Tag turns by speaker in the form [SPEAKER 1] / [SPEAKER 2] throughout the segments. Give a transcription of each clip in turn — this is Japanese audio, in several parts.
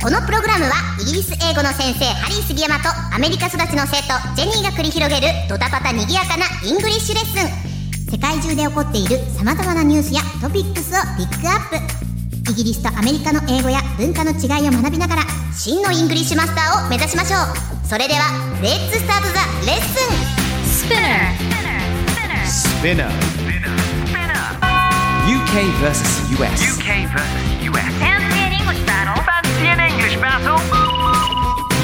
[SPEAKER 1] このプログラムはイギリス英語の先生ハリー杉山とアメリカ育ちの生徒ジェニーが繰り広げるドタパタにぎやかなイングリッシュレッスン世界中で起こっている様々なニュースやトピックスをピックアップイギリスとアメリカの英語や文化の違いを学びながら真のイングリッシュマスターを目指しましょうそれではレッツスタートザレッスン
[SPEAKER 2] Spinner. UK versus US.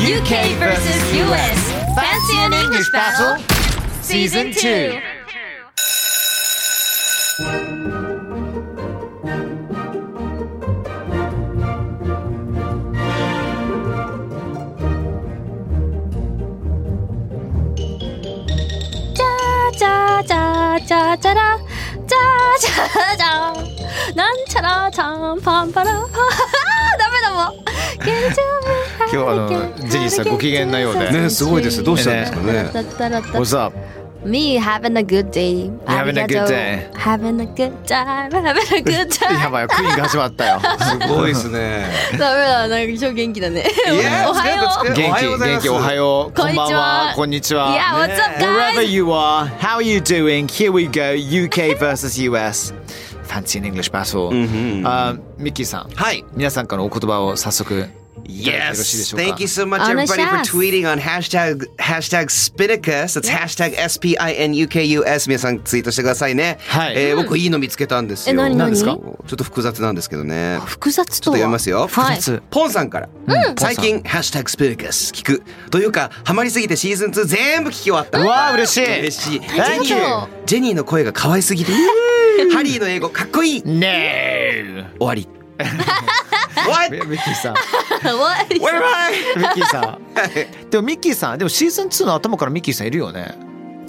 [SPEAKER 3] UK versus US. Fancy an English
[SPEAKER 2] UK versus US.
[SPEAKER 3] battle. Fancy an English battle. Fancy an English battle.
[SPEAKER 2] Season 2.
[SPEAKER 4] じゃーじゃーじゃーじゃーじゃらじゃーじゃーじゃーなんちゃらちゃんパンパラパン ダメだもん今
[SPEAKER 5] 今日はあのジェニーさんご機嫌なようで
[SPEAKER 6] ねすごいですどうしたんですかね
[SPEAKER 5] What's up?
[SPEAKER 4] Me having a good day
[SPEAKER 5] having a good day.
[SPEAKER 4] ありがとう Having a good time Having a good
[SPEAKER 5] や
[SPEAKER 4] time
[SPEAKER 5] ばいよクイーンが始まったよ
[SPEAKER 6] すごいですね。
[SPEAKER 4] ダメだなんか超元気だね
[SPEAKER 6] Yeah,
[SPEAKER 4] おはよう
[SPEAKER 5] 元気元気おはよう
[SPEAKER 4] こんにちは
[SPEAKER 5] ばんはこんにちは
[SPEAKER 4] Yeah, what's up,
[SPEAKER 5] Wherever
[SPEAKER 4] guys?
[SPEAKER 5] you are, how are you doing? Here we go, UK versus US Fancy an English battle、あミッキーさん
[SPEAKER 7] はい。
[SPEAKER 5] 皆さんからのお言葉を早速
[SPEAKER 7] Yes.
[SPEAKER 5] よろしいでしょうか。
[SPEAKER 7] Thank you so much,
[SPEAKER 4] On the
[SPEAKER 7] everybody, for
[SPEAKER 4] chefs.
[SPEAKER 7] tweeting on hashtag hashtag Spinicus. That's hashtag S P I N U K U S. 皆さんツイートしてくださいね。
[SPEAKER 5] はい
[SPEAKER 7] えー僕いいの見つけたんですよ。
[SPEAKER 4] え何何ですか
[SPEAKER 7] ちょっと複雑なんですけどね。
[SPEAKER 4] 複雑
[SPEAKER 7] ちょっと
[SPEAKER 4] とは
[SPEAKER 7] 読みますよ。
[SPEAKER 4] はい
[SPEAKER 7] ポンさんから。最近、ハッシュタグスピリカス聞く。というか、ハマりすぎてシーズン2全部聞き終わった。
[SPEAKER 5] わあ嬉しい
[SPEAKER 7] 嬉しい。ジ
[SPEAKER 5] あ
[SPEAKER 7] ェ
[SPEAKER 5] り
[SPEAKER 7] ニ
[SPEAKER 5] が
[SPEAKER 4] と
[SPEAKER 7] ー、ジェニーの声が可愛すぎて。ハリーの英語かっこいい。
[SPEAKER 5] ね
[SPEAKER 7] 終わり。What?
[SPEAKER 5] えミッキーさん
[SPEAKER 4] 終わ
[SPEAKER 7] Where am I?
[SPEAKER 5] ミッキーさんでもミッキーさんでもシーズン2の頭からミッキーさんいるよね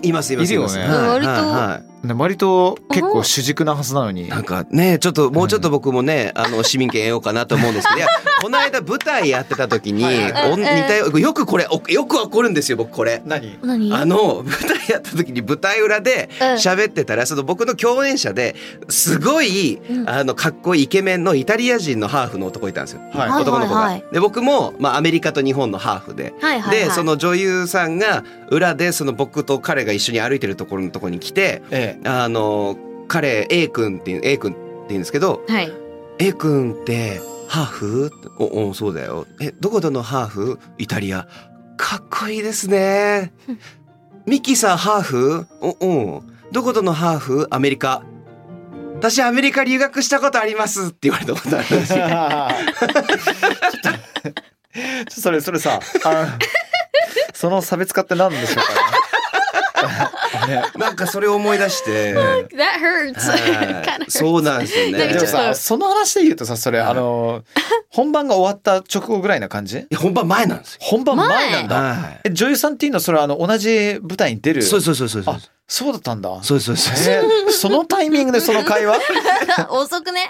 [SPEAKER 7] いますいます
[SPEAKER 5] いるよ
[SPEAKER 7] ます
[SPEAKER 5] ねうん
[SPEAKER 7] はい
[SPEAKER 4] 割と
[SPEAKER 7] はいはい
[SPEAKER 5] ね割と結構主軸なはずなのに
[SPEAKER 7] なんかねちょっともうちょっと僕もね、あの市民権得ようかなと思うんですけどいやこの間舞台やってた時にお似たよよくこれおよく起こるんですよ僕これ。
[SPEAKER 5] 何
[SPEAKER 4] 何
[SPEAKER 7] あの舞台やった時に舞台裏で
[SPEAKER 4] うん
[SPEAKER 7] 喋ってたら、その僕の共演者ですごい、あのかっこいいイケメンのイタリア人のハーフの男いたんですよ、
[SPEAKER 5] はい
[SPEAKER 7] 男の子が。
[SPEAKER 4] はいはいは
[SPEAKER 7] で僕も、まあ、アメリカと日本のハーフで。
[SPEAKER 4] はいはいはい
[SPEAKER 7] でその女優さんが裏でその僕と彼が一緒に歩いてるところのところに来て、
[SPEAKER 5] え
[SPEAKER 7] あの彼 A 君っていう A 君って言うんですけど
[SPEAKER 4] はい
[SPEAKER 7] A 君ってハーフおおそうだよえどこどのハーフイタリアかっこいいです ねミキさんハーフおおどこどのハーフアメリカ私アメリカ留学したことありますって言われたことあ るんですよ
[SPEAKER 5] ちょっとそれそれさあのその差別化って何でしょうか ねね
[SPEAKER 7] なんかそれを思い出して、
[SPEAKER 4] That hurts
[SPEAKER 7] はいそうなんですよ
[SPEAKER 4] なん
[SPEAKER 7] ね
[SPEAKER 4] か
[SPEAKER 5] で
[SPEAKER 4] ちょっと
[SPEAKER 5] もさその話で言うとさそれあの本番が終わった直後ぐらいな感じ
[SPEAKER 7] いや本番前なんですよ
[SPEAKER 5] 本番前なんだ
[SPEAKER 7] は
[SPEAKER 5] え女優さんっていうのはそれあの同じ舞台に出る
[SPEAKER 7] いそうそうそうそうそう
[SPEAKER 5] あそうだったんだ
[SPEAKER 7] そうそうそう
[SPEAKER 5] えーそのタイミングでその 会話
[SPEAKER 4] 遅くね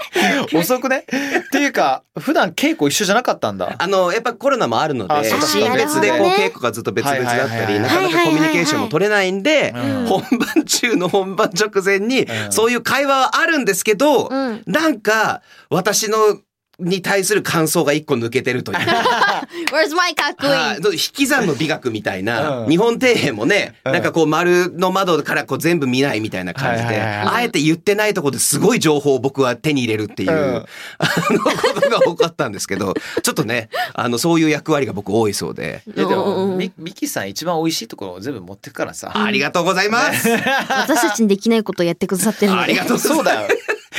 [SPEAKER 5] 遅くねっていうか普段稽古一緒じゃなかったんだ
[SPEAKER 7] あのやっぱコロナもあるので
[SPEAKER 5] あそうか
[SPEAKER 7] シーン別で
[SPEAKER 4] な
[SPEAKER 7] こう
[SPEAKER 4] るほどね
[SPEAKER 7] 稽古がずっと別々だった
[SPEAKER 5] はいはいはいはい
[SPEAKER 7] りなかなかコミュニケーションも取れないんで
[SPEAKER 5] はいはいはいはい
[SPEAKER 7] 本番中の本番直前に
[SPEAKER 5] うん
[SPEAKER 7] そういう会話はあるんですけど
[SPEAKER 4] うん
[SPEAKER 7] なんか私のに対する感想が一個抜けてるというか。
[SPEAKER 4] Where's my かっこいい
[SPEAKER 7] はい引き算の美学みたい
[SPEAKER 5] う
[SPEAKER 7] な、
[SPEAKER 5] ん
[SPEAKER 7] 日本庭園もね、
[SPEAKER 5] うん
[SPEAKER 7] なんかこう丸の窓からこう全部見ないみたいな感じ
[SPEAKER 5] はい
[SPEAKER 7] で、
[SPEAKER 5] はいはいはい
[SPEAKER 7] あえて言ってないとこですごい情報を僕は手に入れるっていう、
[SPEAKER 5] うん
[SPEAKER 7] あのことが多かったんですけど、 ちょっとね、あのそういう役割が僕多いそうで、
[SPEAKER 5] いやで
[SPEAKER 4] うんうんう
[SPEAKER 5] も
[SPEAKER 4] ん
[SPEAKER 5] ミミキさん一番美味しいところを全部持ってくからさ
[SPEAKER 7] ありがとうございます。
[SPEAKER 4] 私たちにできないことをやってくださってる の
[SPEAKER 7] あり
[SPEAKER 4] で
[SPEAKER 7] がとうございます。
[SPEAKER 5] そうだよ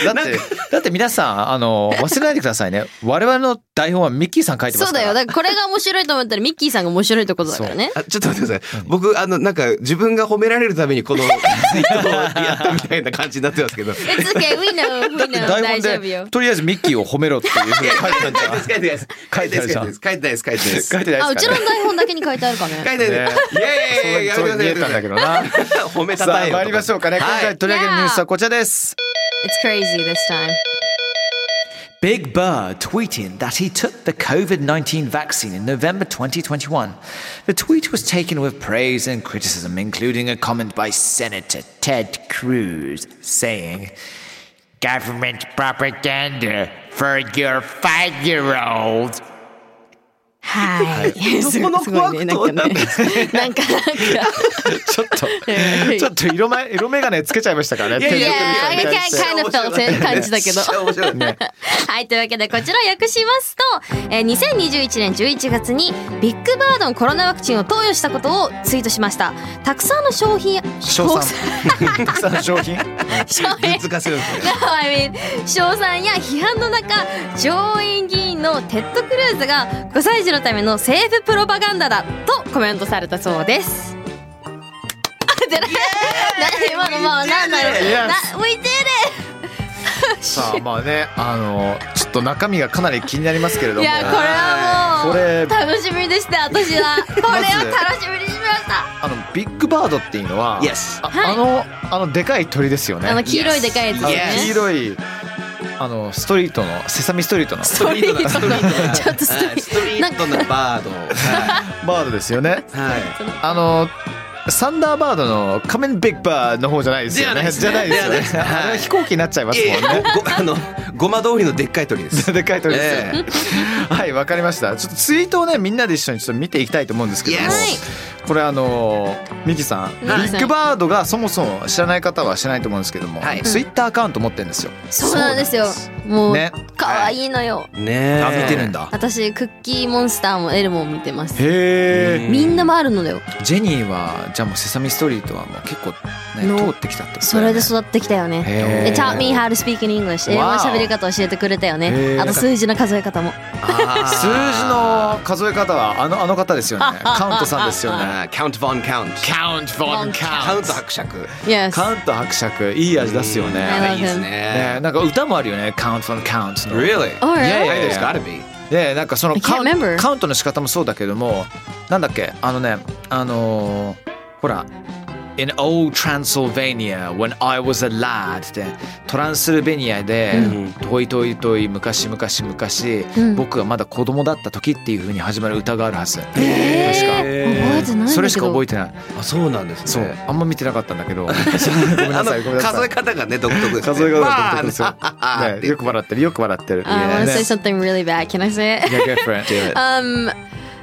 [SPEAKER 5] だって、だって皆さん、あの、忘れないでくださいね。我々の台本はミッキーさん書いてま
[SPEAKER 4] そう
[SPEAKER 5] すか
[SPEAKER 4] だ
[SPEAKER 5] ら。
[SPEAKER 4] よ。だからこれが面白いと思ったらミッキーさんが面白いところだからね。
[SPEAKER 7] あちょっと待ってください。僕、あの、なんか、自分が褒められるためにこのツイートをやったみたいな感じになって ますけど。確
[SPEAKER 4] It's okay, we know, we
[SPEAKER 5] だって
[SPEAKER 4] know.
[SPEAKER 5] 台
[SPEAKER 4] 大丈
[SPEAKER 5] 本
[SPEAKER 4] 夫よ
[SPEAKER 5] で、。とりあえずミッキーを褒めろっていうふうに書いてたんじゃん。
[SPEAKER 7] 書いてないです。書いてないです。書いてないです。書いてないです。書いてないです。
[SPEAKER 5] 書いてな
[SPEAKER 4] あ、
[SPEAKER 5] いうで
[SPEAKER 4] ち
[SPEAKER 5] す
[SPEAKER 4] の
[SPEAKER 5] からね。
[SPEAKER 4] 台本だけに書いてあるかね。
[SPEAKER 7] 書いてないです。イエーイや
[SPEAKER 5] そ
[SPEAKER 7] め
[SPEAKER 5] う
[SPEAKER 7] て
[SPEAKER 5] そう
[SPEAKER 7] ください
[SPEAKER 5] 見
[SPEAKER 7] や
[SPEAKER 5] え
[SPEAKER 7] めてください
[SPEAKER 5] たんだけ。どな。
[SPEAKER 7] 褒めた
[SPEAKER 5] さ
[SPEAKER 7] た
[SPEAKER 5] あ
[SPEAKER 7] えよ
[SPEAKER 5] 参りましょうかね。今
[SPEAKER 7] はい
[SPEAKER 5] 回取り上げるニュースはこちらです。
[SPEAKER 4] It's crazy this time.
[SPEAKER 5] Big Bird tweeting that he took the COVID 19 vaccine in November 2021. The tweet was taken with praise and criticism, including a comment by Senator Ted Cruz saying, Government propaganda for your five year old.
[SPEAKER 4] はい。すごいすごいね。なんかね。なんか、なんか。
[SPEAKER 5] ちょっと、ちょっと色前色眼鏡つけちゃいましたからね。
[SPEAKER 4] いや、I kind of felt it 感じだけど。
[SPEAKER 7] 面白いね。
[SPEAKER 4] はい、というわけでこちら訳しますと、えー2021年11月にビッグバードンコロナワクチンを投与したことをツイートしました。たくさんの商品や、
[SPEAKER 5] 賞賛。たくさんの商品。
[SPEAKER 4] 商品
[SPEAKER 7] グッズ化するんですね
[SPEAKER 4] No, I mean 称賛や批判の中上院議員のテッド・クルーズが5歳児のための政府プロパガンダだとコメントされたそうです。 でな何今のまあ何だろう
[SPEAKER 5] Yes.
[SPEAKER 4] な We did it!
[SPEAKER 5] さあ、まあね、あの、ちょっと中身がかなり気になりますけれども。
[SPEAKER 4] いやこれはもう
[SPEAKER 5] これ
[SPEAKER 4] 楽しみでした私はこれを楽しみにしました
[SPEAKER 5] あのビッグバードっていうのは、
[SPEAKER 7] Yes
[SPEAKER 5] あ
[SPEAKER 4] はい
[SPEAKER 5] あのあのでかい鳥ですよね。
[SPEAKER 4] あの黄色いでかいやつ
[SPEAKER 5] あの
[SPEAKER 4] です
[SPEAKER 5] 黄
[SPEAKER 4] ね
[SPEAKER 5] 色いあのストリートのセサミストリートの
[SPEAKER 7] ストリートなストリートな
[SPEAKER 4] ちょっとストリート
[SPEAKER 7] はいストリートなバード。は
[SPEAKER 5] バードですよね。
[SPEAKER 7] いは
[SPEAKER 5] あのサンダーバードの仮面ビッグバードの方じゃないですよね。
[SPEAKER 7] じゃないですね
[SPEAKER 5] じゃないです
[SPEAKER 7] じゃないです
[SPEAKER 5] よね。あれは飛行機になっちゃいま
[SPEAKER 7] い。
[SPEAKER 5] す
[SPEAKER 7] い
[SPEAKER 5] も
[SPEAKER 7] や
[SPEAKER 5] ん
[SPEAKER 7] い
[SPEAKER 5] ね。
[SPEAKER 7] や、ごあのごま通りのでっかい鳥です。
[SPEAKER 5] でかい鳥ですよね
[SPEAKER 7] え
[SPEAKER 5] はいわかりましたちょっとツイートをねみんなで一緒にちょっと見ていきたいと思うんですけども、
[SPEAKER 7] Yes はい
[SPEAKER 5] これあのミキさん、ビ
[SPEAKER 4] はい
[SPEAKER 5] ッグバードがそもそも知らない方は知らないと思うんですけども、
[SPEAKER 7] はい
[SPEAKER 5] ツイッターアカウント持ってるんですよ
[SPEAKER 4] そうなんですよもう
[SPEAKER 5] ね
[SPEAKER 4] 可愛いのよ
[SPEAKER 7] ねえ。
[SPEAKER 5] あ見てるんだ
[SPEAKER 4] 私クッキーモンスターもエルモも見てます
[SPEAKER 5] へえ
[SPEAKER 4] みんなもあるのだよ
[SPEAKER 5] ジェニーはじゃあもう「セサミストリート」はもう結構
[SPEAKER 4] の
[SPEAKER 5] ね通ってきたってことだよね
[SPEAKER 4] それで育ってきたよね。
[SPEAKER 5] へー
[SPEAKER 4] で、taught me how to speak in English。英
[SPEAKER 5] Wow
[SPEAKER 4] 語の喋り方を教えてくれたよ
[SPEAKER 5] へ
[SPEAKER 4] ね。
[SPEAKER 5] ー
[SPEAKER 4] あと数字の数え方も。
[SPEAKER 7] あー
[SPEAKER 5] 数字の数え方はあのあの方ですよ ねカウントさんですよね
[SPEAKER 7] あーカウント・フォン・カウント。
[SPEAKER 5] カウントフォン
[SPEAKER 7] カ
[SPEAKER 5] カ
[SPEAKER 7] ウ
[SPEAKER 5] ウ
[SPEAKER 7] ン
[SPEAKER 5] ン
[SPEAKER 7] ト
[SPEAKER 5] ト
[SPEAKER 7] 伯爵。
[SPEAKER 4] Yes。
[SPEAKER 5] カウント伯爵いい味出すよ
[SPEAKER 4] うん
[SPEAKER 5] ね
[SPEAKER 7] いいですね
[SPEAKER 5] ね。なんか歌もあるよねカウントフォンカウントの
[SPEAKER 7] Really?
[SPEAKER 4] Oh, really?
[SPEAKER 5] Yeah,
[SPEAKER 7] Hey,
[SPEAKER 5] yeah,
[SPEAKER 7] there's
[SPEAKER 5] yeah.
[SPEAKER 7] gotta be.
[SPEAKER 5] でなんかその
[SPEAKER 4] I can't
[SPEAKER 5] カウン
[SPEAKER 4] remember.
[SPEAKER 5] カウントの仕方もそうだけどもなんだっけあのねあのーほら In old Transylvania when I was a lad ってトランスルベニアで、遠い遠い遠い昔昔昔、僕がまだ子供だった時っていう風に始まる歌があるはず、
[SPEAKER 4] えー覚えてないんだけど。
[SPEAKER 5] それしか覚えてない
[SPEAKER 7] あ、そうなんですね。
[SPEAKER 5] そう、あんま見てなかったんだ けどごめんな
[SPEAKER 7] あの
[SPEAKER 5] さいごめんな
[SPEAKER 7] 数
[SPEAKER 5] さ
[SPEAKER 7] え
[SPEAKER 5] い
[SPEAKER 7] 方がね独特ですね。
[SPEAKER 5] 数え方が独特ですよ
[SPEAKER 7] わあなあああっ
[SPEAKER 5] ね
[SPEAKER 7] て
[SPEAKER 5] よく笑ってるよく笑ってる
[SPEAKER 4] I wanna say
[SPEAKER 5] ね
[SPEAKER 4] something really bad. Can I say it?
[SPEAKER 5] Yeah, go for it.
[SPEAKER 4] Um,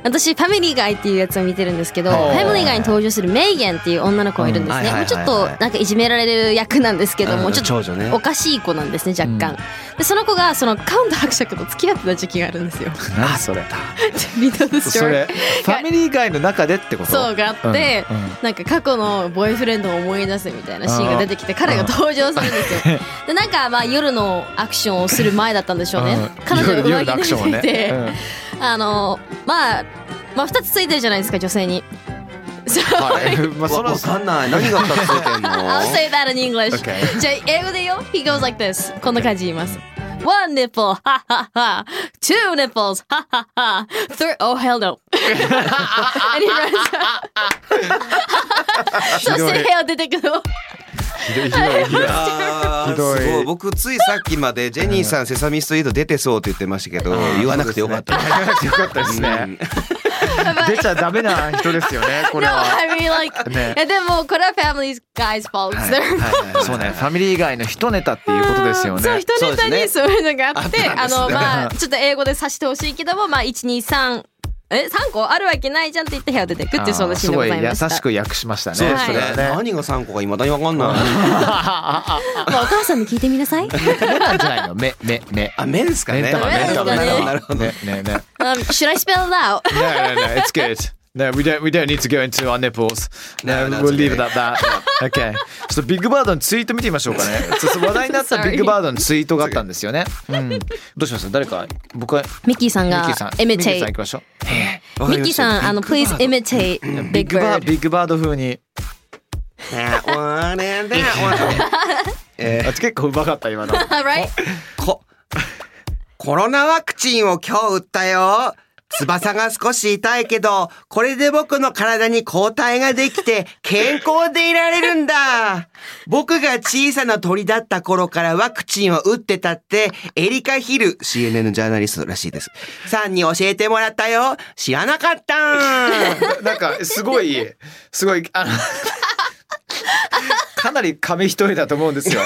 [SPEAKER 4] 私、ファミリーガイっていうやつを見てるんですけど、フ
[SPEAKER 5] はい
[SPEAKER 4] ァミリーガイに登場するメイゲンっていう女の子がいるんです
[SPEAKER 7] うん
[SPEAKER 4] ね。
[SPEAKER 7] はい
[SPEAKER 4] も
[SPEAKER 7] は
[SPEAKER 4] う
[SPEAKER 7] い
[SPEAKER 4] ちょ
[SPEAKER 7] は
[SPEAKER 4] っ
[SPEAKER 7] い
[SPEAKER 4] となんかいじめられる役なんですけど
[SPEAKER 7] うんう
[SPEAKER 4] も、
[SPEAKER 7] ん
[SPEAKER 4] ちょっ
[SPEAKER 7] 長女ね
[SPEAKER 4] とおかしい子なんですね、若干。で、その子がそのカウント伯爵と付き合ってた時期があるんですよ。
[SPEAKER 5] 何それ
[SPEAKER 4] ミドルス
[SPEAKER 5] それファミリー以外の中でってこと
[SPEAKER 4] そうがあって、
[SPEAKER 5] うんうん
[SPEAKER 4] なんか過去のボーイフレンドを思い出すみたいなシーンが出てきて彼が登場するんですよ。でなんかまあ夜のアクションをする前だったんでしょうね。彼女が上着について、あのまあまあ二つついてるじゃないですか女性 に。そう
[SPEAKER 5] はい、まあ、そ
[SPEAKER 7] わ
[SPEAKER 5] の
[SPEAKER 7] わかんない。何が隠れてん
[SPEAKER 4] I'll
[SPEAKER 7] の？
[SPEAKER 4] say that in English.
[SPEAKER 5] Okay.
[SPEAKER 4] じゃあ英語でよ。He goes like this. こんな感じで言います。One nipple, ha ha ha. Two nipples, ha ha ha. Three, oh hell no. And he runs out. そ
[SPEAKER 5] ひど
[SPEAKER 4] し
[SPEAKER 5] い
[SPEAKER 4] て部屋を出てくの。
[SPEAKER 5] ひどいひどいひどい
[SPEAKER 7] あー
[SPEAKER 5] ひどい
[SPEAKER 7] すごい僕ついさっきまでジェニーさんセサミストリート出てそうって言ってましたけど言わなくてよかった。
[SPEAKER 5] よかったですね。出ちゃダメな人ですよね、これ
[SPEAKER 4] No,
[SPEAKER 5] は。
[SPEAKER 4] I mean like、
[SPEAKER 5] ね
[SPEAKER 4] えでもこれは Family Guy's fault.
[SPEAKER 5] そうね、ファミリー以外の一ネタっていうことですよ
[SPEAKER 4] そう
[SPEAKER 5] ね。
[SPEAKER 4] 人ネタにそういうのがあって、あのまあ
[SPEAKER 5] う
[SPEAKER 4] ちょっと英語でさしてほしいけどもまあ一二三え三個あるわけないじゃんって言って部屋を出てくっていうそんなシーンでございました。
[SPEAKER 5] あーすごい優しく訳しましたね。
[SPEAKER 7] そうです
[SPEAKER 4] はい
[SPEAKER 7] ね。何が三個か未だにわかんない。
[SPEAKER 4] まあお母さんに聞いてみなさい。
[SPEAKER 5] 目なんじゃないの、目、目、目。
[SPEAKER 7] あ、目ですか
[SPEAKER 5] 目
[SPEAKER 7] ね。
[SPEAKER 5] ん玉、目ん玉、
[SPEAKER 4] 目ん
[SPEAKER 5] 目ん玉。
[SPEAKER 4] 玉
[SPEAKER 5] ね
[SPEAKER 7] なるほど。
[SPEAKER 5] ねねね。
[SPEAKER 4] Um, should I spell it out?
[SPEAKER 5] No, no, no, it's good. No, we don't. We don't need to go into our nipples.
[SPEAKER 7] No,
[SPEAKER 5] No,
[SPEAKER 7] that's
[SPEAKER 5] we'll leave it
[SPEAKER 7] okay.
[SPEAKER 5] at that. okay. ちょっとビッグバードのツイート見てみましょう かね。ちょっと話題になった
[SPEAKER 4] Sorry.
[SPEAKER 5] ビッグバードのツイートがあったんですよね。うん。どうします？誰か僕は
[SPEAKER 4] ミッキーさん
[SPEAKER 5] ミッキ
[SPEAKER 4] が
[SPEAKER 5] ーさん。
[SPEAKER 4] imitate
[SPEAKER 5] ミッキーさん行きましょう。
[SPEAKER 7] わかり
[SPEAKER 4] ミッ
[SPEAKER 7] ま
[SPEAKER 4] キー
[SPEAKER 7] した
[SPEAKER 4] さん、あの、please imitate
[SPEAKER 5] ビ
[SPEAKER 4] Big
[SPEAKER 5] ッグバー
[SPEAKER 4] Bird.
[SPEAKER 5] ビッグバード風に。
[SPEAKER 7] That one and that one.
[SPEAKER 5] あ結構うまかった今の。
[SPEAKER 4] right?
[SPEAKER 7] こ、コロナワクチンを今日打ったよ。翼が少し痛いけど、これで僕の体に抗体ができて健康でいられるんだ。僕が小さな鳥だった頃からワクチンを打ってたって、エリカ・ヒル、CNN ジャーナリストらしいです。さんに教えてもらったよ。知らなかった。
[SPEAKER 5] なんかすごいすご いあのかなり紙一重だと思うんですよ。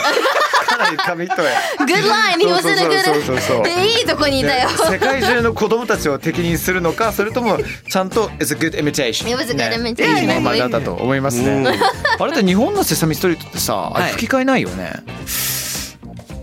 [SPEAKER 5] かなり紙一重。
[SPEAKER 4] Good line! He was in a
[SPEAKER 5] そうそうそうそう
[SPEAKER 4] good で、いいとこにいたよ。
[SPEAKER 5] 世界中の子供たちを敵にするのかそれともちゃんと「It's a good imitation」
[SPEAKER 4] It was a good
[SPEAKER 5] ね
[SPEAKER 4] imitation
[SPEAKER 5] いいものだったと思います
[SPEAKER 7] うん
[SPEAKER 5] ねあれって日本の「セサミストリート」ってさあれ
[SPEAKER 7] はい
[SPEAKER 5] 吹き替えないよね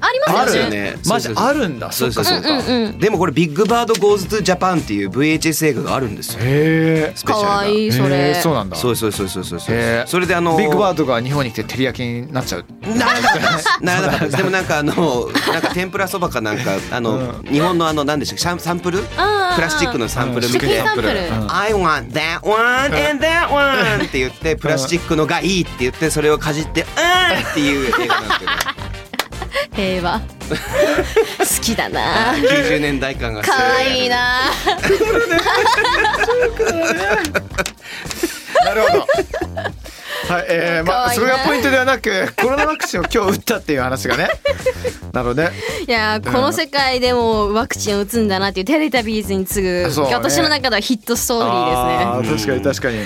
[SPEAKER 4] あり
[SPEAKER 5] あ
[SPEAKER 4] ます
[SPEAKER 5] る
[SPEAKER 4] よ
[SPEAKER 5] よ
[SPEAKER 4] ね。
[SPEAKER 5] ね
[SPEAKER 7] そ
[SPEAKER 5] マ
[SPEAKER 7] う
[SPEAKER 5] ジ
[SPEAKER 7] そうそう
[SPEAKER 5] あるんだそっかそっか
[SPEAKER 4] うんうん。
[SPEAKER 7] でもこれビッグバード goes to Japan っていう VHS 映画があるんですよ。
[SPEAKER 5] へえ
[SPEAKER 7] スペ
[SPEAKER 4] か
[SPEAKER 7] シャルが
[SPEAKER 4] わいい、そ
[SPEAKER 5] へ
[SPEAKER 4] れ
[SPEAKER 5] え。そうなんだ
[SPEAKER 7] そうそうそうそうそうそう
[SPEAKER 5] へー。
[SPEAKER 7] それであの
[SPEAKER 5] ビッグバー
[SPEAKER 7] ド
[SPEAKER 5] ドが日本に来て照り焼きになっちゃう
[SPEAKER 7] ならなかったです。ならなかったです。でもなんかあのなんか天ぷらそばかなんかあの日本のあのなんでしたっけシャンサンプル？プ
[SPEAKER 4] あー
[SPEAKER 7] ラスチックのサンプル
[SPEAKER 5] うん
[SPEAKER 7] 見
[SPEAKER 4] 食品
[SPEAKER 7] て
[SPEAKER 4] サ。ンプル。
[SPEAKER 7] I want that one and that one って言ってプラスチックのがいいって言ってそれをかじってうんっていう映画なんですけど
[SPEAKER 4] 平 和。好きだな。
[SPEAKER 7] 90年代感がす
[SPEAKER 4] か
[SPEAKER 7] る
[SPEAKER 4] わいいな。
[SPEAKER 5] なるほど。はい、えー、まあ、
[SPEAKER 4] かわいい
[SPEAKER 5] そ
[SPEAKER 4] な
[SPEAKER 5] れがポイントではなく、コロナワクチンを今日打ったっていう 話がね。なので、
[SPEAKER 4] いやーこの世界でもワクチンを打つんだなっていうテレタビーズに次ぐ、
[SPEAKER 5] そうね
[SPEAKER 4] 私の中ではヒットストーリー
[SPEAKER 5] あー確かに確かに。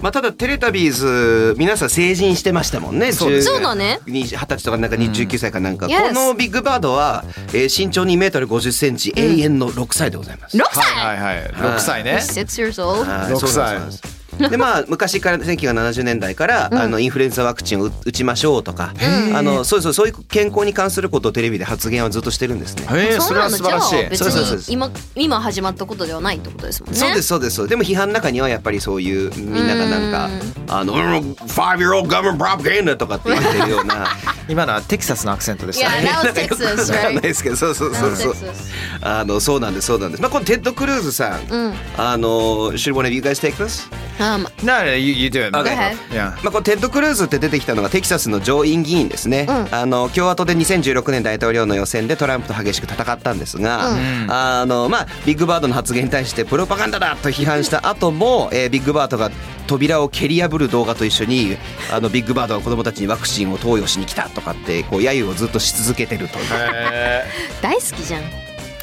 [SPEAKER 7] まあただテレタビーズ皆さん成人してましたもんね。そう
[SPEAKER 4] ですそうだね
[SPEAKER 7] 二十歳とかなんか二十九歳かなんか、
[SPEAKER 4] Yes
[SPEAKER 7] このビッグバードは、えー身長2メートル50センチ、永遠の6歳でございます。
[SPEAKER 4] 6歳
[SPEAKER 5] はいはいはい、六歳ね
[SPEAKER 4] で。すね6 years old
[SPEAKER 7] はい
[SPEAKER 5] 6歳
[SPEAKER 7] そうなんですそうなんですでまあ昔から1970年代から、あのインフルエンザワクチンを打打ちましょうとかあのそうそうそういう健康に関することをテレビで発言はずっとしてるんですね。
[SPEAKER 5] ええ、それは素
[SPEAKER 4] じ
[SPEAKER 5] 晴
[SPEAKER 4] ゃ
[SPEAKER 5] ら
[SPEAKER 4] あ
[SPEAKER 5] しい。
[SPEAKER 4] 別
[SPEAKER 7] そうそうそうそう
[SPEAKER 4] に今今始まったことではないってことですもんね
[SPEAKER 7] そうですそうですそうでも批判の中にはやっぱりそういうみんながなんかあの「5 year old government propaganda」とかって言ってるような
[SPEAKER 5] 今のはテキサスのアクセントでし
[SPEAKER 4] Yeah,
[SPEAKER 5] た
[SPEAKER 7] な
[SPEAKER 4] that was
[SPEAKER 5] ね。
[SPEAKER 7] んかよくわかんない
[SPEAKER 4] Texas, right?
[SPEAKER 7] ですけどそうそうそうそう
[SPEAKER 4] That was Texas.
[SPEAKER 7] あのそうなんですそうなんですまあこのテッド・クルーズさん、
[SPEAKER 4] うん
[SPEAKER 7] あの「Should one of you guys take this?」
[SPEAKER 4] Um,
[SPEAKER 5] なあ、you you do it.
[SPEAKER 7] Okay.
[SPEAKER 4] Okay.
[SPEAKER 5] Yeah.
[SPEAKER 7] まあ、このテッド・クルーズって出てきたのがテキサスの上院議員ですね、
[SPEAKER 4] うん
[SPEAKER 7] あの共和党で2016年大統領の予選でトランプと激しく戦ったんですが、あのまあ、ビッグバードの発言に対してプロパガンダだと批判した後も、えービッグバードが扉を蹴り破る動画と一緒にあのビッグバードは子どもたちにワクチンを投与しに来たとかってこう揶揄をずっとし続けてるという
[SPEAKER 5] え
[SPEAKER 4] 大好きじゃん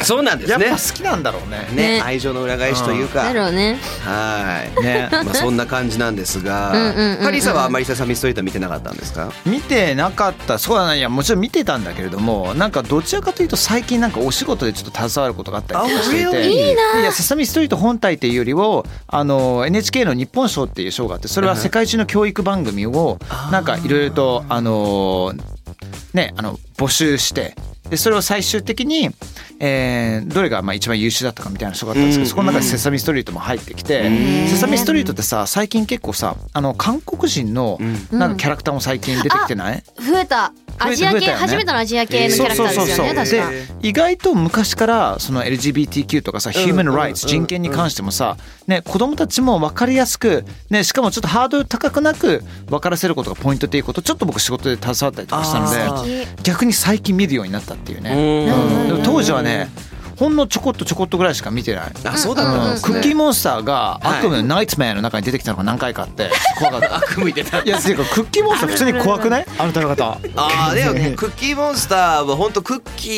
[SPEAKER 7] そうなんで
[SPEAKER 5] ーや
[SPEAKER 7] す
[SPEAKER 5] っ
[SPEAKER 7] ね
[SPEAKER 5] ぱ好きなんだろうね。
[SPEAKER 7] ね
[SPEAKER 4] ね
[SPEAKER 7] 愛情の裏返しというか、
[SPEAKER 4] だろうね
[SPEAKER 7] はい、
[SPEAKER 5] ね
[SPEAKER 7] まあ、そんな感じなんですが
[SPEAKER 4] んうんうんうん
[SPEAKER 7] カリーさんはあまりセサミストリート見てなかったんですか
[SPEAKER 5] 見てなかったそうだないやもちろん見てたんだけれどもなんかどちらかというと最近なんかお仕事でちょっと携わることがあったりとかしていていいや「セサミストリート」本体っていうよりをあの NHK の「日本賞」っていう賞があってそれは世界中の教育番組をなんかいろいろとあのねあの募集して。でそれを最終的に、えーどれがまあ一番優秀だったかみたいな人があったんですけど、そこの中で「セサミストリート」も入ってきて「セサミストリート」ってさ最近結構さあの韓国人のなんかキャラクターも最近出てきてない、
[SPEAKER 4] 増えたアジア
[SPEAKER 5] 増え
[SPEAKER 4] 系、
[SPEAKER 5] たよね
[SPEAKER 4] 初めてのアジア系のキャ
[SPEAKER 5] そう
[SPEAKER 4] ラクタ
[SPEAKER 5] そ
[SPEAKER 4] ー
[SPEAKER 5] うそう
[SPEAKER 4] ですよ
[SPEAKER 5] そ
[SPEAKER 4] ね
[SPEAKER 5] う
[SPEAKER 4] 確か
[SPEAKER 5] で意外と昔からその LGBTQ とかさ Human Rights 人権に関してもさね子供たちも分かりやすくねしかもちょっとハードル高くなく分からせることがポイントっていうことちょっと僕仕事で携わったりとかしたので逆に最近見るようになったっていうねうんでも当時はねほんのちょこっとちょこっとぐらいしか見てない。
[SPEAKER 7] あそうだったん
[SPEAKER 5] う
[SPEAKER 7] で
[SPEAKER 5] ん
[SPEAKER 7] すね
[SPEAKER 5] クッキーモンスターが
[SPEAKER 7] はい
[SPEAKER 5] 悪夢のナイツメアの中に出てきたのが何回かあ って怖かった。
[SPEAKER 7] 組み出た
[SPEAKER 5] いやっていうかクッキーモンスター普通に怖くない？ あの食べ方。
[SPEAKER 7] ああでもクッキーモンスターは本当クッキ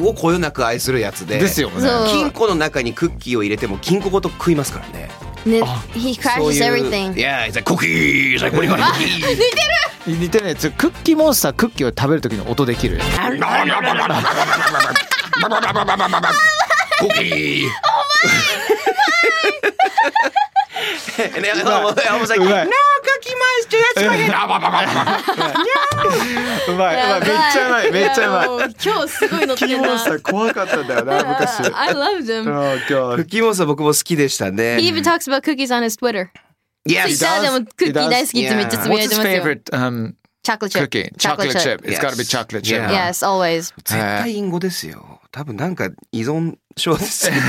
[SPEAKER 7] ーをこよなく愛するやつで
[SPEAKER 5] ですよね。
[SPEAKER 4] そう
[SPEAKER 7] 金庫の中にクッキーを入れても金庫ごと食いますからね
[SPEAKER 4] にね He
[SPEAKER 7] そう
[SPEAKER 4] crashes
[SPEAKER 7] いう
[SPEAKER 4] everything
[SPEAKER 7] Yeah it's a cookie it's a cookie
[SPEAKER 5] 似てるやつクッキーモンスタークッキーを食べる時の音できる
[SPEAKER 7] cookie ね山本さん
[SPEAKER 5] うまい
[SPEAKER 7] No きましてやつま であばばば
[SPEAKER 5] うまいうまいめっちゃうまいめっちゃうまい
[SPEAKER 4] やもう今日 すごい 乗って
[SPEAKER 5] キ
[SPEAKER 4] ん
[SPEAKER 5] モ
[SPEAKER 4] な
[SPEAKER 5] さ怖かったんだよな昔
[SPEAKER 4] I love
[SPEAKER 5] う
[SPEAKER 4] them
[SPEAKER 5] ん今
[SPEAKER 7] ば クッ
[SPEAKER 5] 日
[SPEAKER 7] キーモンスター僕も好きでしたね
[SPEAKER 4] He even talks about cookies on his Twitter
[SPEAKER 7] Yes
[SPEAKER 4] Twitter でもクッキー
[SPEAKER 5] does.
[SPEAKER 4] 大好きってめっちゃつぶや
[SPEAKER 5] What's
[SPEAKER 4] いて
[SPEAKER 5] his
[SPEAKER 4] ますよ
[SPEAKER 5] favorite um,
[SPEAKER 4] Chocolate chip
[SPEAKER 5] cookie? Chocolate chip.
[SPEAKER 7] Yes.
[SPEAKER 5] It's got to be chocolate chip.
[SPEAKER 7] Yeah.
[SPEAKER 4] Yes, always
[SPEAKER 7] 絶対隠語ですよ多分なんか依存症ですよ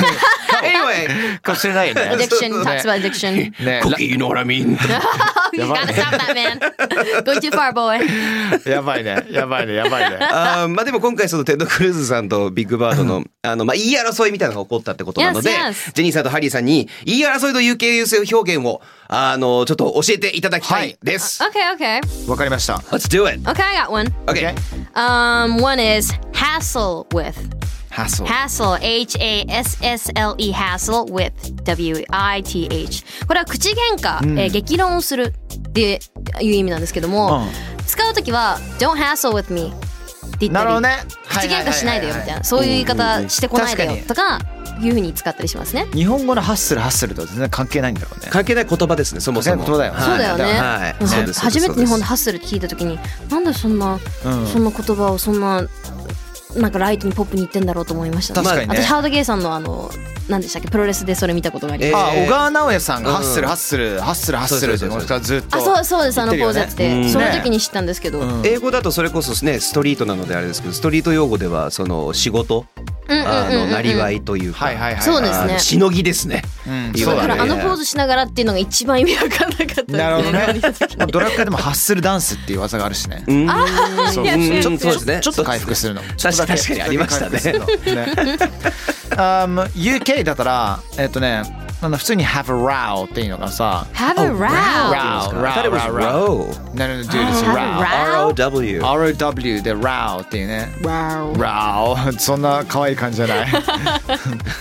[SPEAKER 7] Anyway
[SPEAKER 8] かもしれないよね。
[SPEAKER 7] そ
[SPEAKER 4] Addiction
[SPEAKER 7] うそう
[SPEAKER 4] talks about addiction
[SPEAKER 5] ね
[SPEAKER 7] Cookie you know what I mean
[SPEAKER 4] Oh, you gotta stop that man Go too far boy
[SPEAKER 5] やばいね。やばいね。やばいね。
[SPEAKER 7] あーまあでも今回そのテッド・クルーズさんとビッグバードの、あの、まあ言い争いみたいなのが起こったってことなので、
[SPEAKER 4] Yes, yes.
[SPEAKER 7] ジェニーさんとハリーさんに言い争いと有形優勢表現を、あの、ちょっと教えていただきたいです。
[SPEAKER 4] Okay, okay
[SPEAKER 5] わかりました。
[SPEAKER 7] Let's do it!
[SPEAKER 4] Okay, I got one
[SPEAKER 7] Okay.
[SPEAKER 4] Um, one is hassle with.
[SPEAKER 7] Hassle.
[SPEAKER 4] Hassle. H A S S L E. Hassle with. W I T H. これは口喧嘩、えー激論をするっていう意味なんですけども、使うときは Don't hassle with me. って言ったり
[SPEAKER 5] なるほどね。
[SPEAKER 4] 口喧嘩しないでよみたいな、そういう言い方してこないでよとかいうふうに使ったりしますね。
[SPEAKER 8] 日本語のハッスルハッスルとは全然関係ないんだろうね。
[SPEAKER 7] 関係ない言葉ですね、そもそも。
[SPEAKER 8] 関係ない言葉
[SPEAKER 7] はい
[SPEAKER 4] だよね
[SPEAKER 7] はい。
[SPEAKER 4] なんか
[SPEAKER 7] そうです
[SPEAKER 4] 初めて日本で
[SPEAKER 7] そう
[SPEAKER 4] ハッスルって聞いた時になんでそんな、
[SPEAKER 8] ん
[SPEAKER 4] そんな言葉をそんななんかライトにポップに言ってんだろうと思いました、
[SPEAKER 7] 確かにね
[SPEAKER 4] 私ハードゲイさんのあの何でしたっけプロレスでそれ見たことがあります、
[SPEAKER 7] えー
[SPEAKER 5] あ、小川直也さんが
[SPEAKER 7] うん
[SPEAKER 5] ハッスルハッスルハッスルハッスルって
[SPEAKER 7] そうそうそう
[SPEAKER 5] 僕はずっと。
[SPEAKER 4] あそうそうですあのポーズやってて、
[SPEAKER 7] 言って
[SPEAKER 4] そ
[SPEAKER 5] るよ
[SPEAKER 4] の
[SPEAKER 5] ね
[SPEAKER 4] 時に知ったんですけど、うん、うんうん
[SPEAKER 7] です英語だとそれこそね、ストリートなのであれですけど、ストリート用語では、その、仕事、
[SPEAKER 4] うん
[SPEAKER 7] あの、なりわ
[SPEAKER 4] い
[SPEAKER 7] いというか、
[SPEAKER 5] はいはいはい。
[SPEAKER 4] そうですね
[SPEAKER 7] あのしのぎですね。
[SPEAKER 5] うん
[SPEAKER 7] い
[SPEAKER 5] そう
[SPEAKER 4] だ
[SPEAKER 5] だ
[SPEAKER 4] か
[SPEAKER 5] ね。
[SPEAKER 4] らあのポーズしながらっていうのが一番意味わかんなかったです
[SPEAKER 5] なるほどね
[SPEAKER 4] あれ見た時 に
[SPEAKER 5] まあドラッグ界でもハッスルダンスっていう技があるしね。
[SPEAKER 7] うん。
[SPEAKER 5] そうう。
[SPEAKER 7] んちょっとそうですね。
[SPEAKER 5] ちょっと回復するの。
[SPEAKER 7] 確かに確かにありましたね
[SPEAKER 5] ちょっとだ け 回復するの。ね Um, UK だったらえっとね、あの普通に have a row っていうのがさ。
[SPEAKER 4] Have a row
[SPEAKER 5] row
[SPEAKER 7] That
[SPEAKER 5] row
[SPEAKER 7] was
[SPEAKER 5] row row。
[SPEAKER 7] row.
[SPEAKER 5] なるほど、dude, it's
[SPEAKER 7] Oh.
[SPEAKER 4] Have a
[SPEAKER 5] row。
[SPEAKER 4] row
[SPEAKER 7] ROW。
[SPEAKER 5] ROW で ROW っていうね ROW そんな可愛い感じじゃない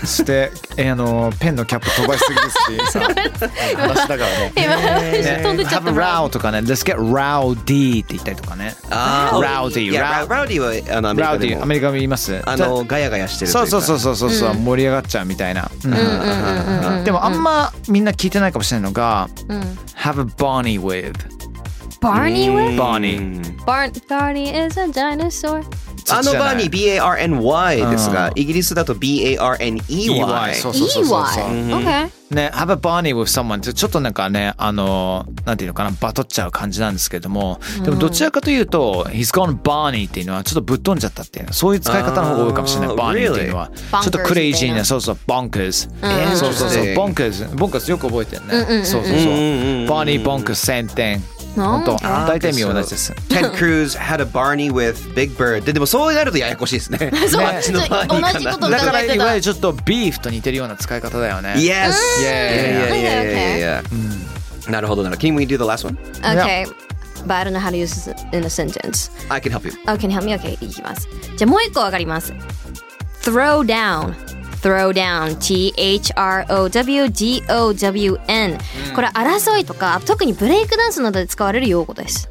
[SPEAKER 5] そして、えーあのペンのキャップ飛ばしすぎですっていう さ話だからね
[SPEAKER 4] 今飛んでっちゃっ
[SPEAKER 5] Have
[SPEAKER 4] た
[SPEAKER 5] a row とかね Let's get rowdy って言ったりとかね
[SPEAKER 7] あー
[SPEAKER 5] Rowdy
[SPEAKER 7] いや
[SPEAKER 5] Row-
[SPEAKER 7] ラウディはあのアメリカ
[SPEAKER 5] Rowdy
[SPEAKER 7] で
[SPEAKER 5] ア
[SPEAKER 7] も
[SPEAKER 5] メリカも言います
[SPEAKER 7] あのガヤガヤしてるとい
[SPEAKER 5] そうう
[SPEAKER 7] か
[SPEAKER 5] そうそうそうそうそう、盛り上がっちゃうみたいな、うんでもあんまみんな聞いてないかもしれないのが、Have a Bonnie with
[SPEAKER 4] Barney with
[SPEAKER 5] Bonnie
[SPEAKER 4] Barn Barney is a dinosaur
[SPEAKER 7] あのバーに BARNY ですが
[SPEAKER 5] う
[SPEAKER 7] イギリスだと
[SPEAKER 5] E
[SPEAKER 7] BARNEY
[SPEAKER 5] そうそうそうそうそう
[SPEAKER 4] EY OK
[SPEAKER 5] ね、have a Barney with someone ってちょっとなんかね、あの、なんていうのかな、バトっちゃう感じなんですけども、でもどちらかというと、he's gone Barney っていうのはちょっとぶっ飛んじゃったっていう、そういう使い方の方が多いかもしれない、
[SPEAKER 7] あー
[SPEAKER 5] Barney っていうのは。ちょっとクレイジーな、
[SPEAKER 4] Bonkers
[SPEAKER 5] そうそう、bonkers。
[SPEAKER 7] うん
[SPEAKER 5] そうそうそう、
[SPEAKER 7] Interesting
[SPEAKER 5] bonkers。bonkers よく覚えてるね。そうそうそう。Barney bonkers 1000点。
[SPEAKER 4] なん
[SPEAKER 5] 本当
[SPEAKER 7] あー
[SPEAKER 5] 大体意味同じです。
[SPEAKER 7] Ted Cruz had a Barney with Big Bird ででもそうなるとややこしいです ね
[SPEAKER 4] そう
[SPEAKER 7] あっちのバーニーかな
[SPEAKER 4] 同じこと
[SPEAKER 5] だか
[SPEAKER 4] 考
[SPEAKER 5] ら、
[SPEAKER 4] えて
[SPEAKER 5] いわゆ
[SPEAKER 4] た
[SPEAKER 5] るちょっとビーフと似てるような使い方だよね。
[SPEAKER 7] Yes いやいやいやいやいやなるほどなるほど Can we do the last one?
[SPEAKER 4] Okay But I don't know how to use this in a sentence
[SPEAKER 7] I can help you
[SPEAKER 4] Okay, help me Okay, いきますじゃあもう一個わかります Throw down Throw down T-H-R-O-W-D-O-W-N これは争いとか特にブレイクダンスなどで使われる用語です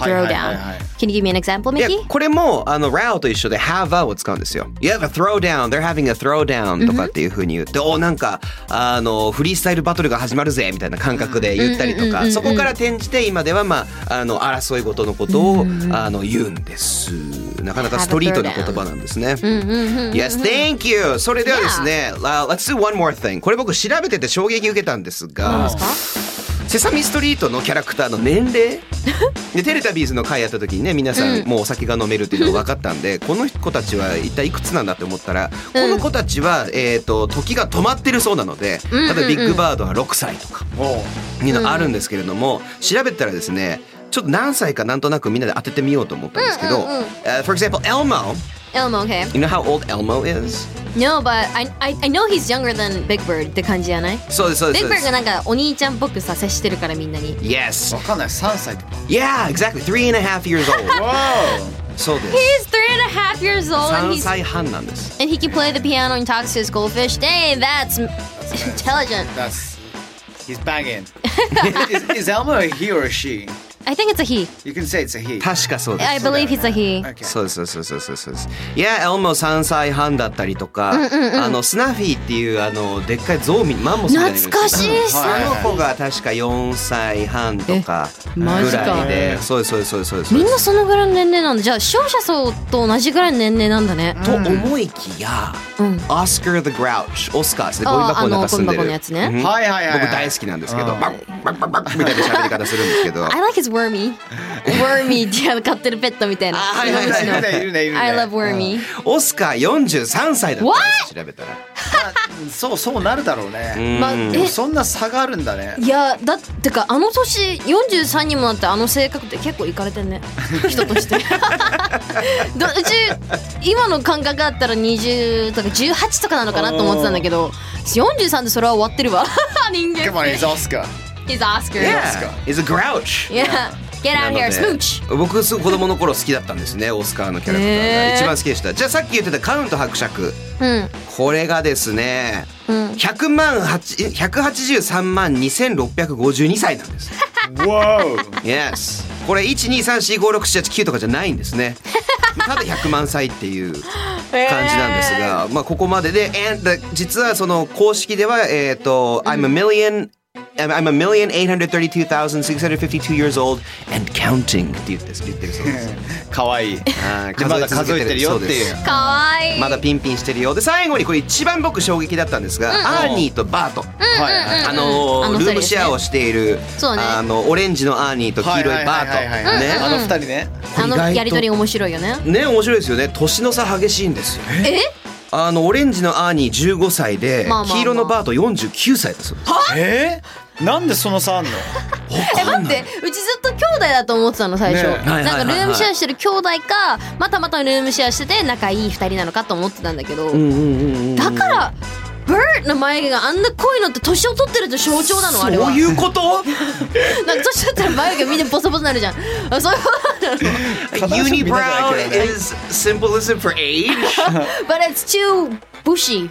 [SPEAKER 5] はい
[SPEAKER 4] Throw
[SPEAKER 5] はいはい
[SPEAKER 4] down
[SPEAKER 5] はい
[SPEAKER 4] Can you give me an example,
[SPEAKER 7] いや
[SPEAKER 4] Mickey?
[SPEAKER 7] これもあの row と一緒で have a を使うんですよ。You have a throwdown, they're having a throwdown とかっていう風に言って、おなんかあのフリースタイルバトルが始まるぜみたいな感覚で言ったりとか、そこから転じて今ではまああの争い事のことをあの言うんです。なかなかストリートな言葉なんですね。Yes, thank you. それではですね、uh, let's do one more thing. これ僕調べてて衝撃受けたんですが、セサミストリートのキャラクターの年 齢でテレタビーズの会やった時にね皆さんもうお酒が飲めるっていうのが分かったん で、この子たちは一体いくつなんだって思ったら、この子たちは、えー、と時が止まってるそうなので例えばビッグバードは6歳とかいうのあるんですけれども、調べたらですねちょっと何歳かなんとなくみんなで当ててみようと思ったんですけど、uh, for example Elmo
[SPEAKER 4] Elmo, okay
[SPEAKER 7] you know how old Elmo is?
[SPEAKER 4] No, but I, I, I know he's younger than Big Bird って感じじゃない
[SPEAKER 7] そうですそうです
[SPEAKER 4] Big
[SPEAKER 7] そうで
[SPEAKER 4] Bird が
[SPEAKER 7] す
[SPEAKER 4] なんかお兄ちゃんっぽくさ接してるからみんなに
[SPEAKER 7] Yes
[SPEAKER 5] わかんない、3歳とか。
[SPEAKER 7] Yeah exactly three and a half years old そうです
[SPEAKER 4] He's three and a half years old and,
[SPEAKER 7] 3
[SPEAKER 4] he's,
[SPEAKER 7] 歳半なんです
[SPEAKER 4] and he can play the piano and talks to his goldfish Dang, that's intelligent
[SPEAKER 5] That's he's banging. is, is Elmo a he or a she?
[SPEAKER 4] I I think it's a he.
[SPEAKER 5] You can say it's a he.
[SPEAKER 7] 確かそうです
[SPEAKER 4] I believe he's a he.
[SPEAKER 7] そうですそうですそうですそうですいやエルも3歳半だったりとか、あのスナフィーっていうあのでっかいゾウミマンモスみたいなのいるんですよ
[SPEAKER 4] 懐かしいっす
[SPEAKER 7] あの子が確か4歳半とかぐ
[SPEAKER 4] マジから
[SPEAKER 7] いでそうですそうですそうですそうです
[SPEAKER 4] みんなそのぐらいの年齢なんだ。じゃあ、視聴者層と同じぐらいの年齢なんだ ね。
[SPEAKER 7] と思いきや、
[SPEAKER 4] うん
[SPEAKER 7] オスカー・ザ・グラウチオスカーですねゴミ
[SPEAKER 4] あー
[SPEAKER 7] 箱の中住んで
[SPEAKER 4] あのゴミ箱
[SPEAKER 7] る
[SPEAKER 4] のやつね
[SPEAKER 7] うん
[SPEAKER 5] はいはいはいはい
[SPEAKER 7] 僕大好きなんですけどバンバンバンバンみたいな喋り方するんですけど
[SPEAKER 4] I like his wormy. wormy っていうあの飼ってるペットみたいな。
[SPEAKER 7] はいはいはい
[SPEAKER 4] 日本人の
[SPEAKER 5] いるねいるね
[SPEAKER 4] I love wormy.
[SPEAKER 7] オスカー43歳だったんです調べたら
[SPEAKER 5] そうそうなるだろうね。
[SPEAKER 4] まあ、え
[SPEAKER 5] そんな差があるん だね。
[SPEAKER 4] いやだってかあの年43にもなってあの性格って結構いかれて んね人としてどうち今の感覚だったら20とか18とかなのかなと思ってたんだけど43でそれは終わってるわ 人間
[SPEAKER 5] Come on, he's Oscar.
[SPEAKER 4] He's Oscar
[SPEAKER 7] Yeah, he's a grouch.
[SPEAKER 4] Yeah. Get
[SPEAKER 7] な
[SPEAKER 4] out
[SPEAKER 7] の
[SPEAKER 4] here
[SPEAKER 7] で
[SPEAKER 4] smooch
[SPEAKER 7] 僕すごい子供の頃好きだったんですねオスカーのキャラクター
[SPEAKER 4] へー
[SPEAKER 7] が一番好きでしたじゃあさっき言ってたカウント伯爵
[SPEAKER 4] うん
[SPEAKER 7] これがですね
[SPEAKER 4] うん
[SPEAKER 7] 100万8え183万2652歳なんです Yes これ123456789とかじゃないんですねただ100万歳っていう感じなんですが、まあここまでで and the- 実はその公式ではえっ、と、I'm a million I'm I'm a million eight hundred thirty two thousand six hundred fifty two years old and counting って言って言ってるそうです。
[SPEAKER 5] 可愛いい。
[SPEAKER 7] あー
[SPEAKER 5] でまだ数えてるよっていう
[SPEAKER 7] そうです
[SPEAKER 4] かわいい
[SPEAKER 7] まだピンピンしてるようで最後にこれ一番僕衝撃だったんですが、アーニーとバート、
[SPEAKER 5] はい。
[SPEAKER 7] あのー
[SPEAKER 4] あの二人
[SPEAKER 7] ルーム
[SPEAKER 4] ですね
[SPEAKER 7] シェアをしている、
[SPEAKER 4] そうね
[SPEAKER 7] あのオレンジのアーニーと黄色いバ
[SPEAKER 5] はいはいは
[SPEAKER 7] ー
[SPEAKER 5] いは
[SPEAKER 7] ト
[SPEAKER 5] いあ
[SPEAKER 7] ね
[SPEAKER 5] の二人ね。
[SPEAKER 4] あのやりとり面白いよね
[SPEAKER 7] ね面白いですよね年の差激しいんですよ
[SPEAKER 4] え
[SPEAKER 7] あのオレンジのアーニー15歳で、
[SPEAKER 4] まあまあまあ
[SPEAKER 7] 黄色のバート49歳だそうです
[SPEAKER 5] えー？なんでその差あんの？
[SPEAKER 4] え待ってうちずっと兄弟だと思ってたの最初、
[SPEAKER 5] ね
[SPEAKER 7] えはいはいはい
[SPEAKER 4] な
[SPEAKER 7] は
[SPEAKER 4] ん
[SPEAKER 7] い
[SPEAKER 4] かルームシェアしてる兄弟かまたまたルームシェアしてて仲いい二人なのかと思ってたんだけど、だからバートの眉毛があんな濃いのって年を取ってると象徴なのあれは
[SPEAKER 7] そういうこと
[SPEAKER 4] なんか年取ったら眉毛みんなボソボソになるじゃんあそういうこ となの
[SPEAKER 7] Unibrow is symbolism for age
[SPEAKER 4] But it's too bushy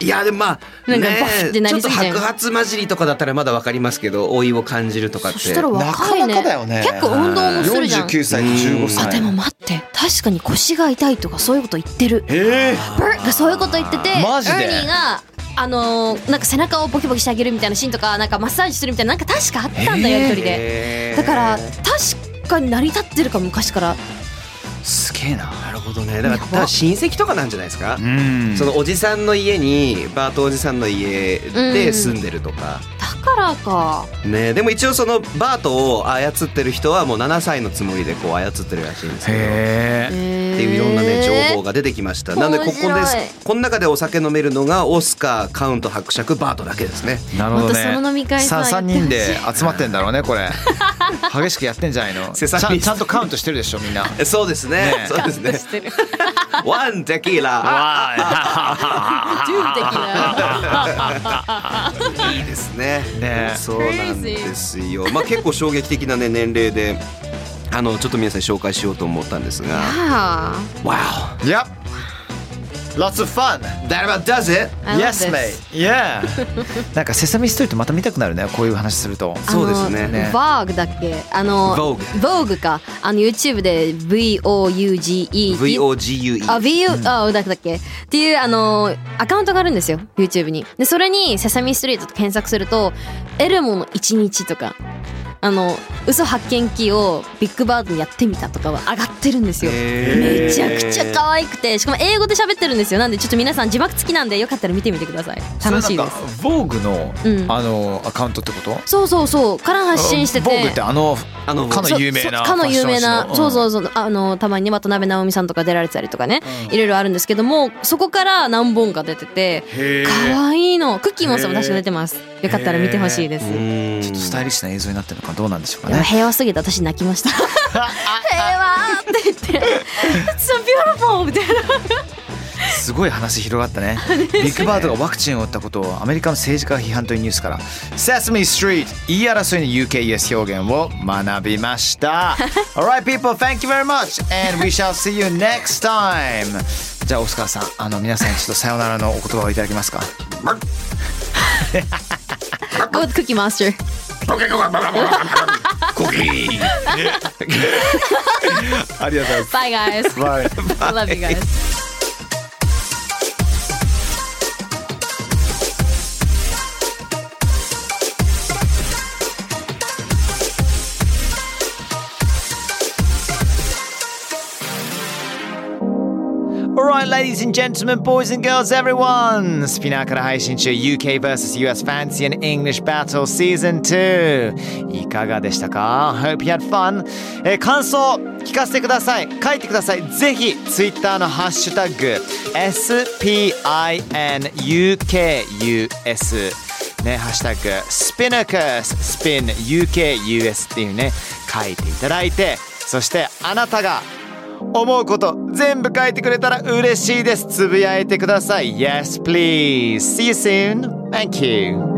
[SPEAKER 7] いやでもまあ
[SPEAKER 4] なんか
[SPEAKER 7] ね
[SPEAKER 4] バフってな
[SPEAKER 7] ちょ
[SPEAKER 4] り
[SPEAKER 7] っ
[SPEAKER 4] す
[SPEAKER 7] と
[SPEAKER 4] ぎて
[SPEAKER 7] 白髪混じりとかだったらまだわかりますけど老いを感じるとかって
[SPEAKER 4] そしたら若いね
[SPEAKER 5] なかなかだよね
[SPEAKER 4] 結構運動もする
[SPEAKER 5] 四
[SPEAKER 4] じゃん
[SPEAKER 5] 十九歳と十五歳。
[SPEAKER 4] あでも待って確かに腰が痛いとかそういうこと言ってる
[SPEAKER 5] ええ。
[SPEAKER 4] バーがそういうこと言っててエ
[SPEAKER 5] マジで
[SPEAKER 4] ーニーがあのーなんか背中をボキボキしてあげるみたいなシーンとかなんかマッサージするみたいななんか確かあったんだよやりとりで、
[SPEAKER 7] へー
[SPEAKER 4] だから確かに成り立ってるか昔から
[SPEAKER 7] すげえななるほどねだからだから親戚とかなんじゃないですか
[SPEAKER 5] うん。
[SPEAKER 7] そのおじさんの家にバートおじさんの家
[SPEAKER 4] うん
[SPEAKER 7] で住んでるとか、
[SPEAKER 4] だからか
[SPEAKER 7] ね、でも一応そのバートを操ってる人はもう7歳のつもりでこう操ってるらしいんですけど
[SPEAKER 4] って
[SPEAKER 7] っていういろんなね情報が出てきました、なのでここ
[SPEAKER 4] 面
[SPEAKER 7] で
[SPEAKER 4] 白い
[SPEAKER 7] すこの中でお酒飲めるのがオスカーカウント伯爵バートだけですね
[SPEAKER 9] なるほどね。
[SPEAKER 4] またその飲み会さ
[SPEAKER 9] さ三人で
[SPEAKER 4] や
[SPEAKER 9] 集まってんだろうね これ。激しくやってんじゃないの。ち
[SPEAKER 7] セサ
[SPEAKER 9] ゃ
[SPEAKER 7] ミス
[SPEAKER 9] んちゃんとカウントしてるでしょみんな。
[SPEAKER 7] えそうですね
[SPEAKER 9] ね
[SPEAKER 7] そうですねワンテキーラ
[SPEAKER 4] 銃的な
[SPEAKER 7] いいですね
[SPEAKER 9] ね
[SPEAKER 7] そうなんですよまあ結構衝撃的なね年齢であのちょっと皆さんに紹介しようと思ったんですが
[SPEAKER 4] あ
[SPEAKER 7] Wow
[SPEAKER 9] Yep. Lots of fun.
[SPEAKER 7] that about does it
[SPEAKER 4] I love
[SPEAKER 9] Yes,
[SPEAKER 4] this
[SPEAKER 9] mate. Yeah. なんかセサミストリートまた見たくなるね。こういう話すると。
[SPEAKER 7] そうですねね
[SPEAKER 4] バーグだっけあの
[SPEAKER 7] Vogue
[SPEAKER 4] Vogue かあの YouTube で VOUGE
[SPEAKER 7] VOGUE
[SPEAKER 4] あ、VU、あ、だっけっていう、あのー、アカウントがあるんですよ、YouTube に。で、それに、セサミストリートと検索すると、エルモの一日とか、あの、嘘発見器をビッグバードにやってみたとかは上がってるんですよ。
[SPEAKER 7] へー
[SPEAKER 4] めちゃくちゃ可愛くて、しかも英語で喋ってるんですよ。なんで、ちょっと皆さん字幕付きなんで、よかったら見てみてください。楽しいです。
[SPEAKER 9] それなんか Vogue の、
[SPEAKER 4] うん
[SPEAKER 9] あのアカウントってこと？
[SPEAKER 4] そうそうそう、から発信してて。
[SPEAKER 9] Vogue ってあの
[SPEAKER 7] あの
[SPEAKER 9] かの
[SPEAKER 4] そう
[SPEAKER 9] 有名な
[SPEAKER 4] そうかの有名な、
[SPEAKER 9] ファッション誌の
[SPEAKER 4] そうそうそうあのたまにね渡辺直美さんとか出られてたりとかね、いろいろあるんですけどもそこから何本か出てて可愛いのクッキーもそう私が出てますよかったら見てほしいです、
[SPEAKER 7] うーん
[SPEAKER 9] ちょっとスタイリッシュな映像になってるのかどうなんでしょうか
[SPEAKER 4] でも
[SPEAKER 9] ね。
[SPEAKER 4] 平和すぎて私泣きました平和って言って 「It's so beautiful」みたいな
[SPEAKER 9] すごい話広がった ね。ビッグバードがワクチンを打ったことをアメリカの政治家が批判というニュースから、セスミ s ストリート言い争いの UKES 表現を学びま した。Alright people, thank you very much and we shall see you next time. じゃあオスカーさん、あの皆さんにちょっとさよならのお言葉をいただけますか。
[SPEAKER 4] Go with Cookie Monster
[SPEAKER 7] コキー
[SPEAKER 9] ありがとうございます
[SPEAKER 4] Bye, guys.
[SPEAKER 9] Bye.
[SPEAKER 4] I love you guys.
[SPEAKER 5] Alright, ladies and gentlemen, boys and girls, everyone! スピナーから配信中 UK vs.US Fancy and English Battle Season 2! いかがでしたか ?Hope you had fun! えー感想聞かせてください書いてくださいぜひ Twitter のハッシュタグ SPINUKUS ね、ハッシュタグスピナカススピン UKUS っていうね書いていただいてそしてあなたが思うこと全部書いてくれたら嬉しいですつぶやいてください Yes please See you soon Thank you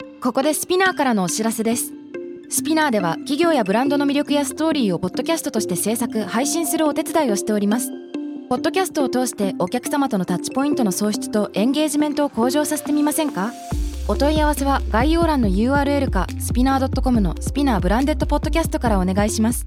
[SPEAKER 10] Podcast ここでスピナーからのお知らせですスピナーでは企業やブランドの魅力やストーリーをポッドキャストとして制作配信するお手伝いをしておりますポッドキャストを通してお客様とのタッチポイントの創出とエンゲージメントを向上させてみませんかお問い合わせは概要欄の URL かスピナー .com のスピナーブランデッドポッドキャストからお願いします